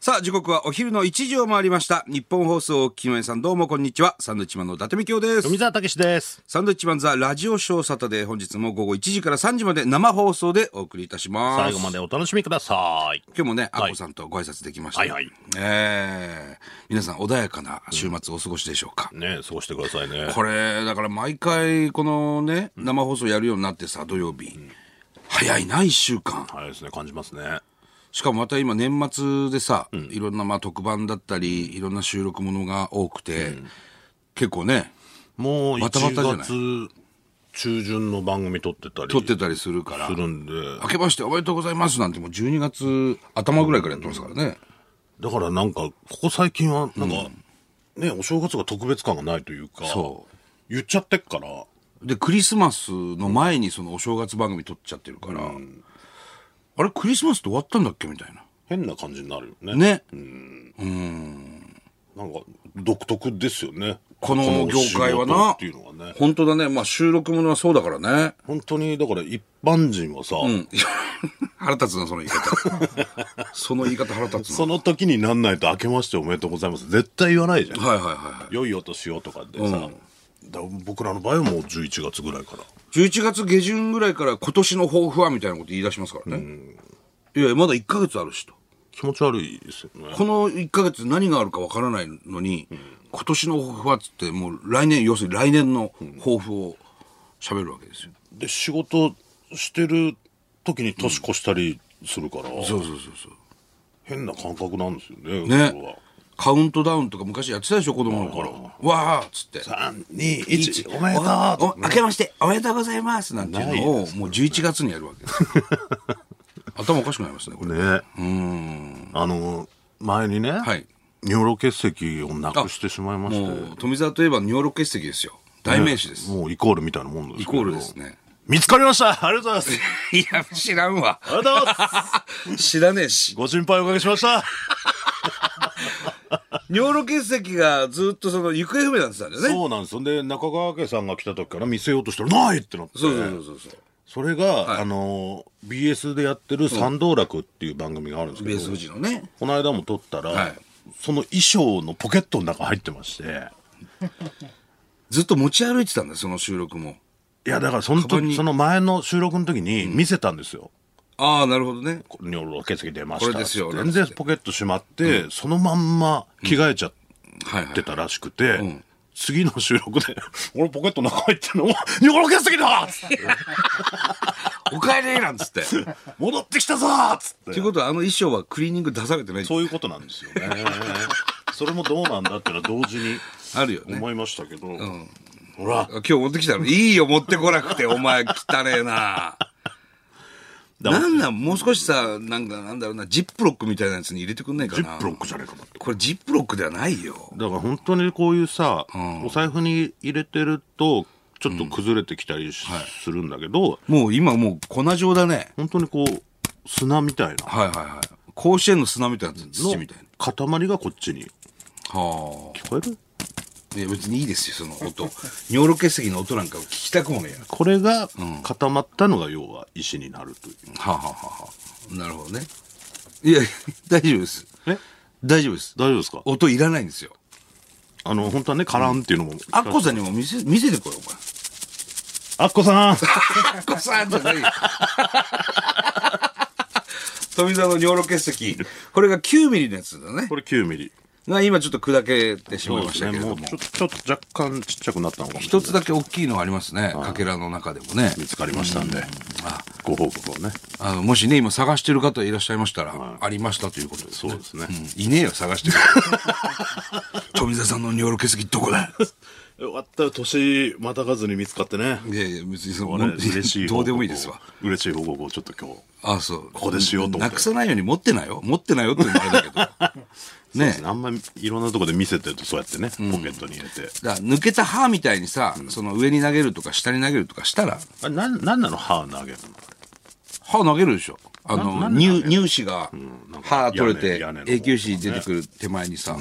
さあ、時刻はお昼の1時を回りました。日本放送をお聞きの皆さん、どうもこんにちは。サンドウィッチマンの伊達美京です。富澤たけしです。サンドウィッチマンザラジオショーサタデー、本日も午後1時から3時まで生放送でお送りいたします。最後までお楽しみください。今日もね、はいアッコさんとご挨拶できました。はいはいえー皆さん穏やかな週末をお過ごしでしょうか。ね過ごしてくださいね。これ、だから毎回、このね、生放送やるようになってさ、土曜日。早いな、1週間。早いですね、感じますね。しかもまた今年末でさ、いろんなまあ特番だったり、いろんな収録ものが多くて、結構ね、もう1またまたじゃない月中旬の番組撮ってたり撮ってたりするからす、るんで、明けましておめでとうございますなんてもう12月頭ぐらいからやってますからね。だからなんか、ここ最近は、なんか、ね、お正月が特別感がないというか、そ言っちゃってっから、で、クリスマスの前にそのお正月番組撮っちゃってるから、あれクリスマスって終わったんだっけみたいな。変な感じになるよね。ね。なんか、独特ですよね。この業界はこの仕事なっていうのはね。本当だね。まあ収録ものはそうだからね。本当に、だから一般人はさ、うん。腹立つな、その言い方。 その言い方腹立つその時になんないと明けましておめでとうございます。絶対言わないじゃんな。。はいはいはいはい。良いお年をとかでさ、だ僕らの場合はもう11月ぐらいから11月下旬ぐらいから今年の抱負はみたいなこと言い出しますからね。いやいや、まだ1ヶ月あるしと。気持ち悪いですよねこの1ヶ月何があるかわからないのに、今年の抱負はっつって、もう来年、要するに来年の抱負を喋るわけですよ。で仕事してる時に年越したりするから、そうそうそうそう。変な感覚なんですよね僕ねは。カウントダウンとか昔やってたでしょ、子供の頃。わーっつって。 321おめでとうお明けましておめでとうございますなんていうのをもう11月にやるわけ ですよ。頭おかしくなりますね、これ。ねあの前にね、はい尿路結石をなくしてしまいましてもう富澤といえば尿路結石ですよ。代名詞です。もうイコールみたいなもんですけイどコールですね。見つかりましたありがとうございま すいや、知らんわ。ありがとうございます知らねえし。ご心配おかけしました尿路結石がずっとその行方不明なんですよね。そうそうなんですよで中川家さんが来た時から見せようとしたら「ない!」ってなってそうそうそうそう。それが、あの BS でやってる「三道楽」っていう番組があるんですけベーど、ス富士のね。この間も撮ったら、はいその衣装のポケットの中入ってましてずっと持ち歩いてたんだ、その収録も。いやだからそのカバンに時その前の収録の時に見せたんですよ、ああ、なるほどね。こう尿路結石出ましたこれですよって全然ポケットしまって、そのまんま着替えちゃはいはっいて。たらしくて、次の収録で 「俺ポケットの中入ってんの 尿路結石だ!」っつってお帰りなんつ って。っ「戻ってきたぞ!」っつってていうことは、あの衣装はクリーニング出されてないそういうことなんですよね。それもどうなんだっていうのは同時にあるよね。思いましたけど、ほら、今日持ってきたの。いいよ、持ってこなく て、お前、汚ねえな。だからなんなん、もう少しさ、なんか、なんだろうな、ジップロックみたいなやつに入れてくんないかジな。ップロックじゃねえかなって。これ、ジップロックではないよ。だから本当にこういうさ、お財布に入れてると、ちょっと崩れてきたりしするんだけど、もう今もう粉状だね。本当にこう、砂みたいな、はいはいはい。甲子園の砂みたいなやつ、土みたいな。塊がこっちに。は聞こえるあ。いや別にいいですよ、その音。 尿路結石の音なんかを聞きたくもねえな。これが固まったのが要は石になるという。はあ、はあはあ、なるほどね。いや、大丈夫です。え大丈夫です。大丈夫ですか音いらないんですよ。あの、本当はね、カランっていうのも。アッコさんにも見せ、見せてこい、おあっこさん前。アッコさんじゃないよ。 富澤の尿路結石。これが9ミリのやつだねこ。れ9ミリ。が今ちょっと砕けてしそまいうまでしすたけね。れどもうも。ちょちょっと若干ちっちゃくなったのかも一つだけ大きいのがありますね。かけらの中でもね。見つかりましたんで、ご報告をね。あの、もしね、今探してる方いらっしゃいましたら、ありましたということです、ね。そうですねうん。いねえよ、探してる。 富澤さんの尿路結石どこだよかったよ、年またがずに見つかってね。いやいや、別にその、我々嬉しいど報告をうでもいいですわ。。嬉しい報告をちょっと今日。ああ、そう。ここでしようと思ってなくさないように持ってないよ。持ってないよって言われ だけど。ねえ。あんまりいろんなとこで見せてるとそうやってね、ポケットに入れて。だから抜けた歯みたいにさ、その上に投げるとか下に投げるとかしたら、あれ、なん、なんなの歯投げる歯投げるでしょ。あの、ななんで投げ乳る乳歯がなん、か歯取れ屋根て屋根の、方永久歯出てくる手前にさ、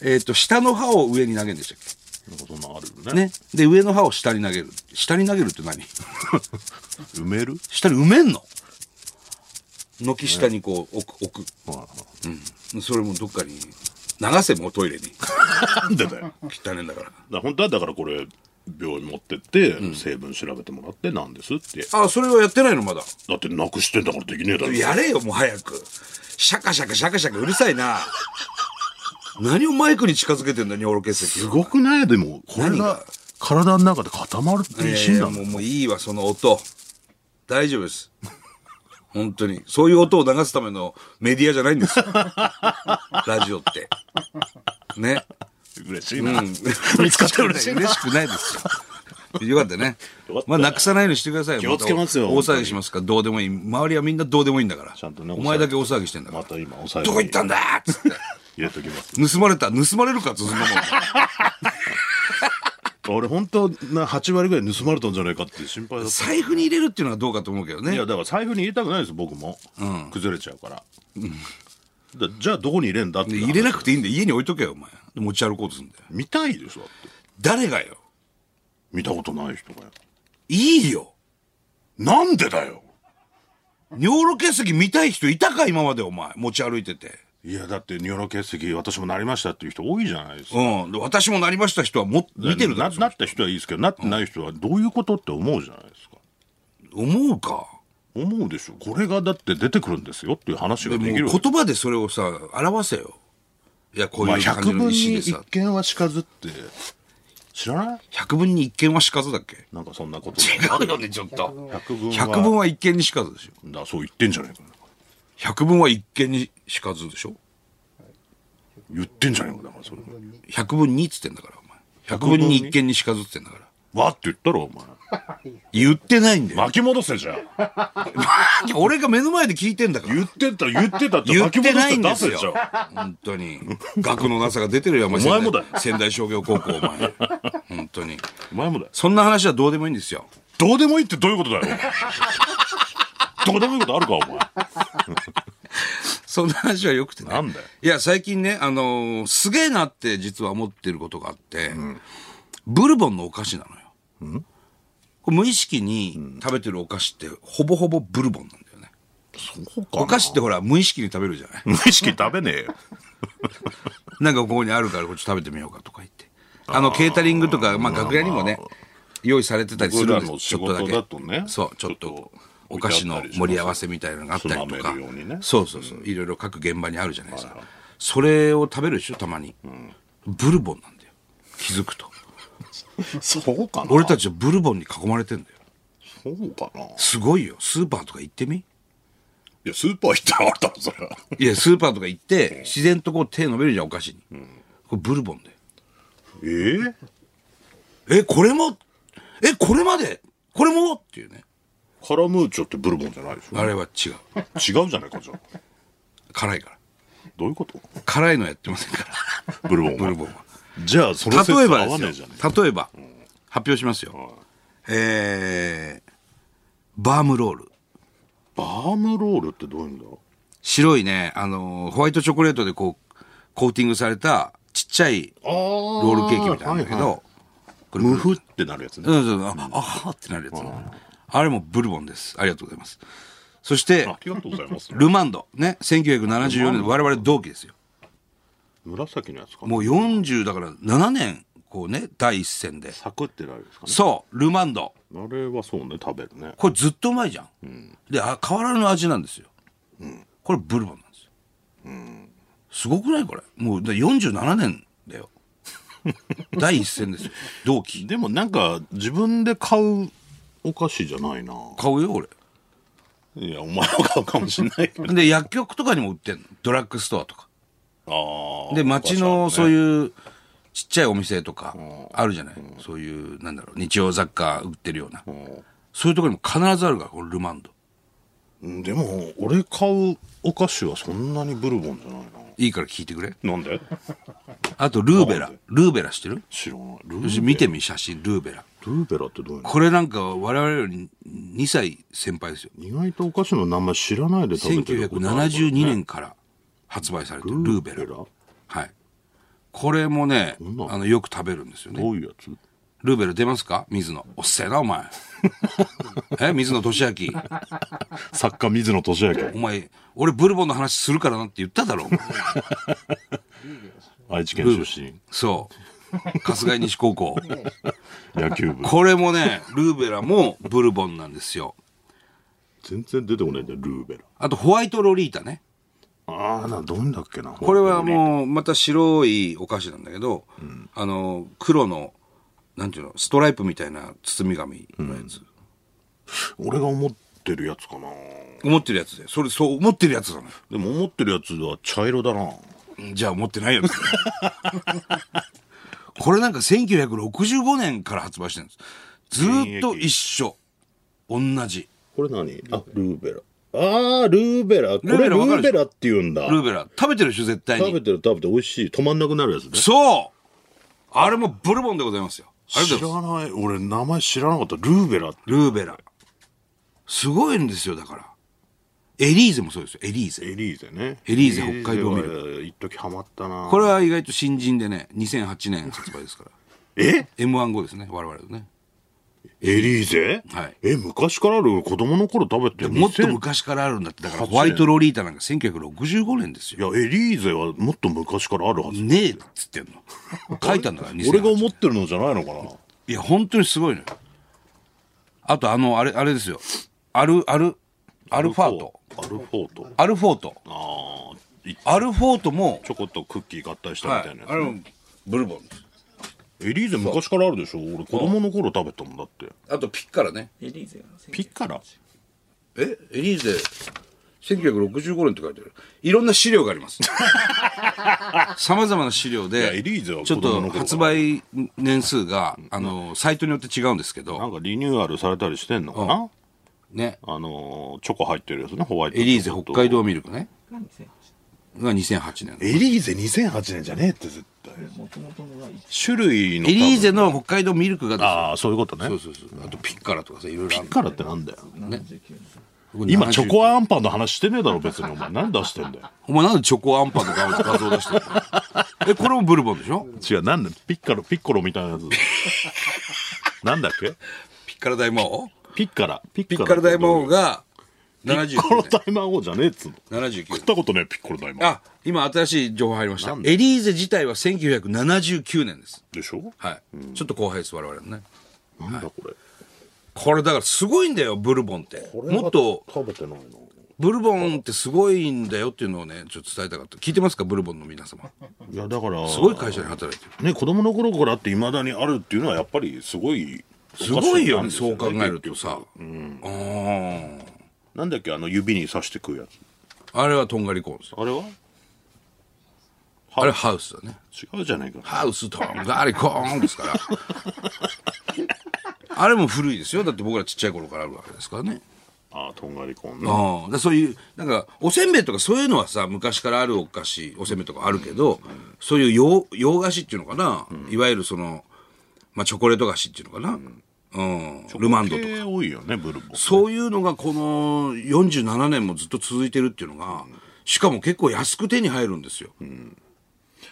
えっと、下の歯を上に投げるんでしたっけのなんかそんなのあるよね。ね。で、上の歯を下に投げる。下に投げるって何 埋める下に埋めんの軒下にこう置く、置く。はいはいそれもどっかに流せもうトイレになんでだよ汚ねんだからだから本当はだからこれ病院持ってって、成分調べてもらってなんですってあそれはやってないのまだだってなくしてんだからできねえだろやれよもう早くシャカシャカシャカシャカうるさいな何をマイクに近づけてんだ尿路結石すごくないでもこれ何がが体の中で固まるってえ死んだーもうもういいわその音大丈夫です本当にそういう音を流すためのメディアじゃないんですよラジオってね嬉しいな、うん 見つかって嬉しいな嬉しくないですよよかったねよかったまあなくさないようにしてくださいよ気をつけますよまた大騒ぎしますからどうでもいい周りはみんなどうでもいいんだからちゃんとねお前だけ大騒ぎしてんだからまた今押さえどこ行ったんだーっつって入れときます盗まれた盗まれるかそんなもん 俺本当な8割ぐらい盗まれたんじゃないかって心配だった財布に入れるっていうのはどうかと思うけどいねやだから財布に入れたくないです僕も、崩れちゃうから,、だじゃあどこに入れんだって入れなくていいんで家に置いとけよお前で持ち歩こうとするんだよ見たいでしょだって誰がよ見たことない人がよいいよなんでだよ尿路結石見たい人いたか今までお前持ち歩いてていやだって尿路結石私もなりましたっていう人多いじゃないですか、うんで私もなりました人はも見てるだなろなった人はいいですけどなってない人はどういうことって思うじゃないですか思うか思うでしょこれがだって出てくるんですよっていう話がでできもるう言葉でそれをさ表せよいやこうまあ、いう感じ100分の石にでさ、 1件はしかずって知らない100分に1件はしかずだっけなんかそんなこと違うよねちょっと100分は100分は1件にしかずでしょだそう言ってんじゃないかな100分は1件にしかずでしょ言ってんじゃないかなだからそれ100分にっつってんだからお前100分に1件にしかずっつってんだからわって言ったろお前言ってないんだよ、巻き戻せじゃあ俺が目の前で聞いてんだから言ってた言ってたって言っ巻き戻てないしんてで出すせよじゃあ本当に額のなさが出てるよお前お前もだよ仙台仙台商業高校お前本当にお前もだよそんな話はどうでもいいんですよどうでもいいってどういうことだよお前どうでもいいことあるかお前 そんな話はよくてねなんだよいや最近ねあのーすげえなって実は思ってることがあって、ブルボンのお菓子なのよ、これ無意識に食べてるお菓子ってほぼほぼブルボンなんだよねそうお菓子ってほら無意識に食べるじゃない無意識食べねえよなんかここにあるからこっち食べてみようかとか言って。あの、ケータリングとか、まあ楽屋にもね、用意されてたりするん僕らでのす仕ちょっ事とだけ。だとねそう、ちょっちょっとと。お菓子の盛り合わせみたいなのがあったりとつかまめるようにね。そうそうそう。いろいろ各現場にあるじゃないですか。それを食べるでしょ、たまに。ブルボンなんだよ。気づくと。そうかな俺たちはブルボンに囲まれてんだよ。そうかないすごいよ。スーパーとか行ってみやスーパー行ったらあったのそれはいや、スーパーとか行って、自然とこう手伸べるじゃん、お菓子に。これブルボンだよ。えええ、これもえ、これまでこれもっていうね。カラムーチョってブルボンじゃないでしょあれは違う。違うじゃないかじゃあ辛いから。どういうこと辛いのやってませんから。 ブルボンはブルボンは。じゃあその説例えば合わねでえすじゃよね。例えば、発表しますよ。えー、バームロール。バームロールってどういうんだろ白いね、あのーホワイトチョコレートでこう、コーティングされた、ちっちゃいあロロールケーキみたいなんだけど、これ、ムフってなるやつねうんそうあ、あーってなるやつ、あれもブルボンです。ありがとうございます。そして、ありがとうございますルマンド。ね、1974年、我々同期ですよ。紫のやつかなもう40だから7年、こうね、第一線で。サクってなるやつかねそう、ルマンド。あれはそうね食べるねこれずっとうまいじゃん。で、あ変わらぬ味なんですよ。これブルボンなんですよ。すごくないこれ。もうだ47年だよ。 第一線ですよ。同期。でもなんか自分で買うお菓子じゃないな買うよ、俺。いやお前は買うかもしれ ないけどで、薬局とかにも売ってんの。ドラッグストアとか。ああで、街のそうういうちっちゃいお店とかあるじゃない。そういう、なんだろう、日用雑貨売ってるような。そういうところにも必ずあるから、このルマンド。うんでも俺買うお菓子はそんなにブルボンじゃないいいから聞いてくれ。ななんであと、ルーベラ。ルーベラ知ってる知らないル見てみ、写真、ルーベラ。ルーベラってどういうのこれなんか我々より2歳先輩ですよ意外とお菓子の名前知らないで食べてることあるからね1972年から発売されてるルーベラルーベラはいこれもねんなのあのよく食べるんですよねどういうやつルーベル出ますか水野。おっせえな、お前。 え水野俊明。作家水野 俊明お前、俺ブルボンの話するからなって言っただろ。お前愛知県出身そう。春日井西高校。野球 部これもね、ルーベラもブルボンなんですよ。全然出てこないんだよルーベルあとホワイトロリータね。ああなどんだっけなここれはもう、また白いお菓子なんだけど、あの、黒の、なんていうの、ストライプみたいな包み紙のやつ。俺が思ってるやつかな思ってるやつで。それ、そう、思ってるやつだね。でも思ってるやつは茶色だなじゃあ思ってないよ。 これなんか1965年から発売してるんです。ずーっと一緒。同じ。これ何あルーベラああルーベラこルーベれラルわかるーでしょベラって言うんだルーベラ。食べてるでしょ、絶対食べに。てる食べて美味しい止まんなくなるやつねそうあれもブルボンでございますよ。ありがとう知ございまらない俺名前知らなかったルーベラってす。ルーベラ。すごいんですよ、だから。エリーゼもそうですよ、エリーゼ。エリーゼねエリーゼ北海道ミルクエリーゼは一時ハマったなこれは意外と新人でね、2008年発売ですから。え M1 後ですね、我々のね。エリーゼはいえ昔からある子供の頃食べてもっと2000昔からあるんだって、だからホワイトロリータなんか1965年ですよい。やエリーゼはもっと昔からあるはずねえっつってん の。書いたんだから、2008俺が思ってるのじゃないのかないや、本当にすごいのよ。あと、あの、あれ、あれですよ。アル、アル、アルファート。アルフォートアルフォート。ああいアルフォートも、ちょこっとクッキー合体したみはたいいな、やつあれもブルボンです。エリーゼ昔からあるでしょ俺子供の頃食べたもんだってあと、ピッカラね。エリーゼがピッカラえエリーゼ、1965年って書いてある。いろんな資料があります。さまざまな資料やで、エリーゼはちょっ子供との頃から発売年数が、あの、サイトによって違うんですけなど、んかリニューアルされたりしてんのかな、ね。あのーチョコ入ってるやつねホワイトエリーゼ北海道道ミルクね。が2008が2008年。エリーゼ2008年じゃねえって絶対もともとのが1種類のエリーゼの北海道ミルクがですよああそういうことねそうそうそう。あとピッカラとかさ、いろいろあるピッカラってなんだよ79の今チョ。コ70アンパンの話してねえだろ別にお前何出してんだよお前なんでチョコアンパンの画画像出してるのえ、これもブルボンでしょ違うなんだピッカロピッコロみたいなやつ なんだっけピッカラ大魔王ピッカラピピッッカラ大魔王がピッコロ79大魔王じゃねえっつうの年。79食ったことねえピッコロ大魔王あ、今新しい情報入りましたなん。だエリーゼ自体は1979年です。でしょはい。ちょっと後輩です、我々のね。なんだこれこれだからすごいんだよ、ブルボンって。もっと、食べてないのブルボンってすごいんだよっていうのをね、ちょっと伝えたかった。聞いてますか、ブルボンの皆様。いやだからすごい会社で働いてる。ね子供の頃からっていまだにあるっていうのはやっぱりすごいすごいよね、お菓子そう考なんですよねえるとさ。うん。なんだっけあの指に刺して食うやつあれはとんがりコーンですよ。あれはあれハウスだね。違うじゃないかハウスとんがりコーンです から。あれも古いですよ。だって僕らちっちゃい頃からあるわけですからね。ああとんがりコーンねああ、だそういう、なんか、おせんべいとかそういうのはさ、昔からあるお菓子、おせんべいとかあるけど、そういう洋洋菓子っていうのかな、いわゆるその、まあ、チョコレート菓子っていうのかな、うん、ルマンドとか。系多いよねブルボンそういうのがこの47年もずっと続いてるっていうのが、しかも結構安く手に入るんですよ。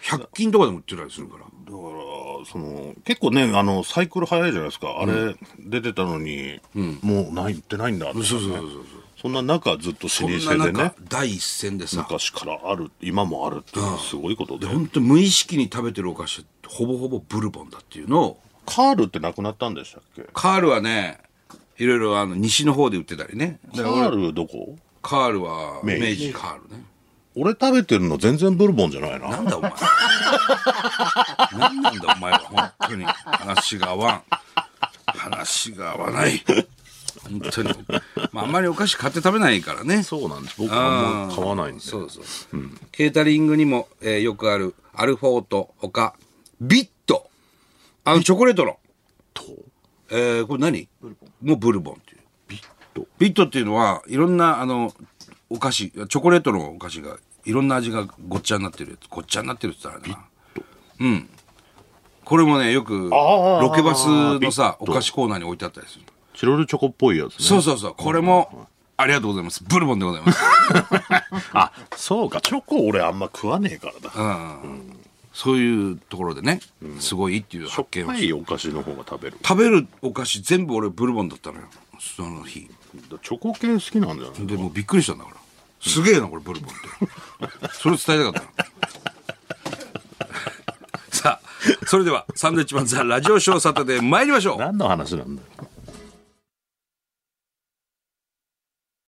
100均とかでも売ってたりするから。だからその結構ねあのサイクル早いじゃないですかあれ、出てたのに、もうない売ってないんだって、ね、そうそうそうそうそんな中ずっと老そ舗んなでね中、第一線でさ、昔からある今もあるっていうのはすごいことで、本当無意識に食べてるお菓子ってほぼほぼブルボンだっていうのを、カールってなくなったんでしたっけカールはね、いろいろあの西の方で売ってたりね。カールどこカールは明治明治カールね。俺食べてるの全然ブルボンじゃないななんだお前。なんなんだお前は本当に話が合わん。話が合わない。本当に。まああんまりお菓子買って食べないからね。そうなんです僕あんま買わないんでそうそう。ケータリングにも、えーよくあるアルフォートほかビット。あのチョコレートの。えーこれ何もうブルボンっていう。ビットビットっていうのはいろんなあのお菓子チョコレートのお菓子がいろんな味がごっちゃになってるやつごっちゃになってるって言ったらあれだなうんこれもねよくあーロケバスのさビおット菓子コーナーに置いてあったりするチロルチョコっぽいやつねそうそうそうこれもありがとうございますブルボンでございますあそうかチョコ俺あんま食わねえからだうんそういうところでね、すごいっていうしょっ発見をぱしいお菓子の方が食べる食べるお菓子全部俺ブルボンだったのよその日チョコ系好きなんじゃないでもうびっくりしたんだからすげえなこれブルボンってそれを伝えたかったのさあそれではサンドウィッチマンザラジオショーサタデー参りましょう何の話なんだよ